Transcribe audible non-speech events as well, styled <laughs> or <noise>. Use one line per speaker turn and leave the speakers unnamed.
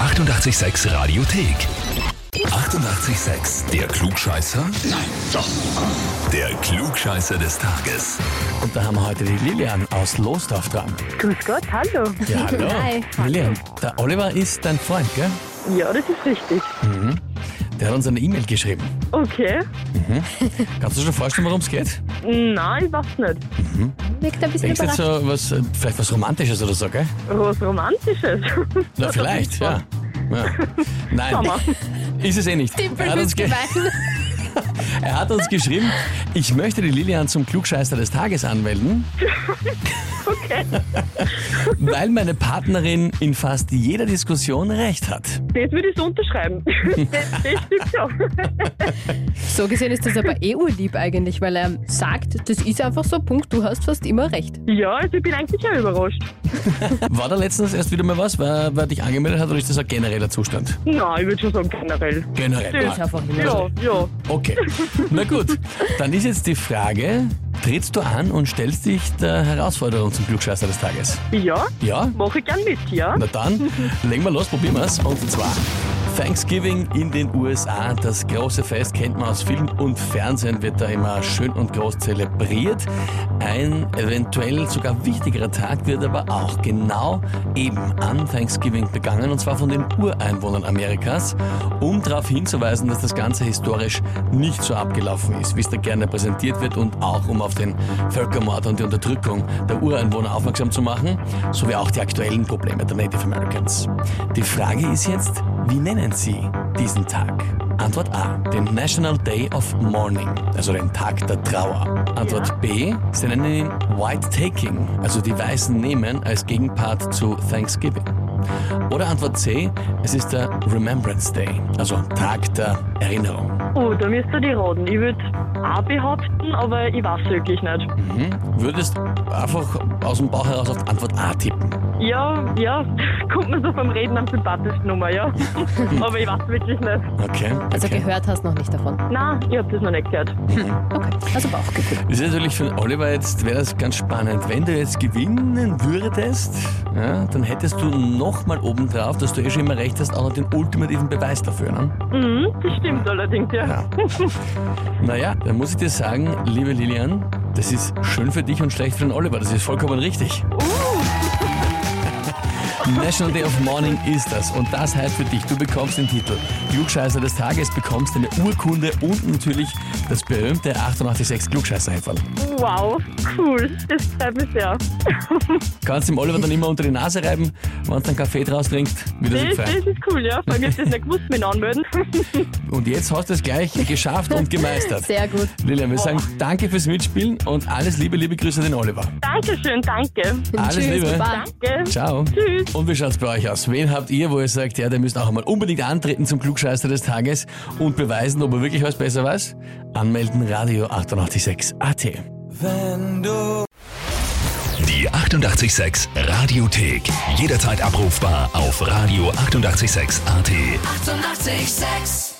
886 Radiothek. 88,6. Der Klugscheißer? Nein, doch. Der Klugscheißer des Tages.
Und da haben wir heute die Lilian aus Losdorf dran.
Grüß Gott, hallo.
Ja, hallo.
Hi.
Lilian, der Oliver ist dein Freund, gell?
Ja, das ist richtig.
Der hat uns eine E-Mail geschrieben.
Okay.
Kannst du dir schon vorstellen, worum es geht?
Nein, ich weiß nicht.
Wirkt ein bisschen
Denkst du jetzt
überrascht.
so was, äh, vielleicht was Romantisches oder so, gell?
Was Romantisches.
Na, vielleicht, ja. ja. Nein,
Sommer.
ist es eh nicht.
Timpel
Er hat, uns
ist
ge-
gemein.
<laughs> er hat uns geschrieben, ich möchte die Lilian zum Klugscheißer des Tages anmelden,
Okay.
weil meine Partnerin in fast jeder Diskussion recht hat.
Das würde ich so unterschreiben.
<laughs>
Das, das stimmt schon.
So gesehen ist das aber eh urlieb eigentlich, weil er sagt, das ist einfach so, Punkt, du hast fast immer recht.
Ja, also ich bin eigentlich schon überrascht.
War da letztens erst wieder mal was, weil wer dich angemeldet hat oder ist das ein genereller Zustand?
Nein, ich würde schon sagen generell.
Generell.
Das ist einfach immer so.
Ja, ja.
Okay. Na gut, dann ist jetzt die Frage, trittst du an und stellst dich der Herausforderung zum Klugscheißer des Tages?
Ja,
Ja?
mache ich gern mit, ja.
Na dann, legen wir los, probieren wir's. Und zwar Thanksgiving in den USA, das große Fest kennt man aus Film und Fernsehen, wird da immer schön und groß zelebriert. Ein eventuell sogar wichtigerer Tag wird aber auch genau eben an Thanksgiving begangen, und zwar von den Ureinwohnern Amerikas, um darauf hinzuweisen, dass das Ganze historisch nicht so abgelaufen ist, wie es da gerne präsentiert wird und auch um auf den Völkermord und die Unterdrückung der Ureinwohner aufmerksam zu machen, sowie auch die aktuellen Probleme der Native Americans. Die Frage ist jetzt, wie nennen Sie diesen Tag? Antwort A, den National Day of Mourning, also den Tag der Trauer. Antwort B, Sie nennen ihn White Taking, also die Weißen nehmen als Gegenpart zu Thanksgiving. Oder Antwort C, es ist der Remembrance Day, also Tag der Erinnerung.
Oh, da müsst ihr die raten. Ich würde A behaupten, aber ich weiß wirklich nicht.
Mhm. Würdest einfach aus dem Bauch heraus auf Antwort A tippen.
Ja, ja, <laughs> kommt mir so beim Reden am sympathischsten
<laughs>
Nummer, ja. aber ich weiß wirklich nicht.
Okay.
Also
okay.
gehört hast noch nicht davon.
Nein, ich habe das noch nicht gehört.
Okay, also Bauchgefühl.
Ist natürlich für den Oliver jetzt, wäre das ganz spannend. Wenn du jetzt gewinnen würdest, ja, dann hättest du nochmal obendrauf, dass du eh schon immer recht hast, auch noch den ultimativen Beweis dafür. Ne?
Mhm, das stimmt allerdings, ja.
Ja. naja, dann muss ich dir sagen, liebe Lilian, das ist schön für dich und schlecht für den Oliver. Das ist vollkommen richtig. <laughs> National Day of Mourning ist das und das heißt für dich, du bekommst den Titel Klugscheißer des Tages, bekommst eine Urkunde und natürlich das berühmte 886 klugscheißer -Häferl.
Wow, cool. Das freut mich sehr.
Kannst dem Oliver dann immer unter die Nase reiben, wenn du dann Kaffee draus trinkst, wie das ihm
Das,
gefällt.
das ist cool, ja. Vor allem, ich hab das nicht gewusst, mich anmelden.
Und jetzt hast du es gleich geschafft und gemeistert.
<laughs> Sehr gut.
Lilian, wir sagen danke fürs Mitspielen und alles Liebe, liebe Grüße an den Oliver.
Dankeschön, danke.
Alles
Tschüss,
Liebe.
Baba.
Danke.
Ciao.
Tschüss.
Und wie schaut's bei euch aus? Wen habt ihr, wo ihr sagt, ja, der müsst auch einmal unbedingt antreten zum Klugscheißer des Tages und beweisen, ob er wirklich was besser weiß? Anmelden Radio 886 AT.
Die 88,6 Radiothek. Jederzeit abrufbar auf radio886.at. 88,6.
Eighty-eight, sex.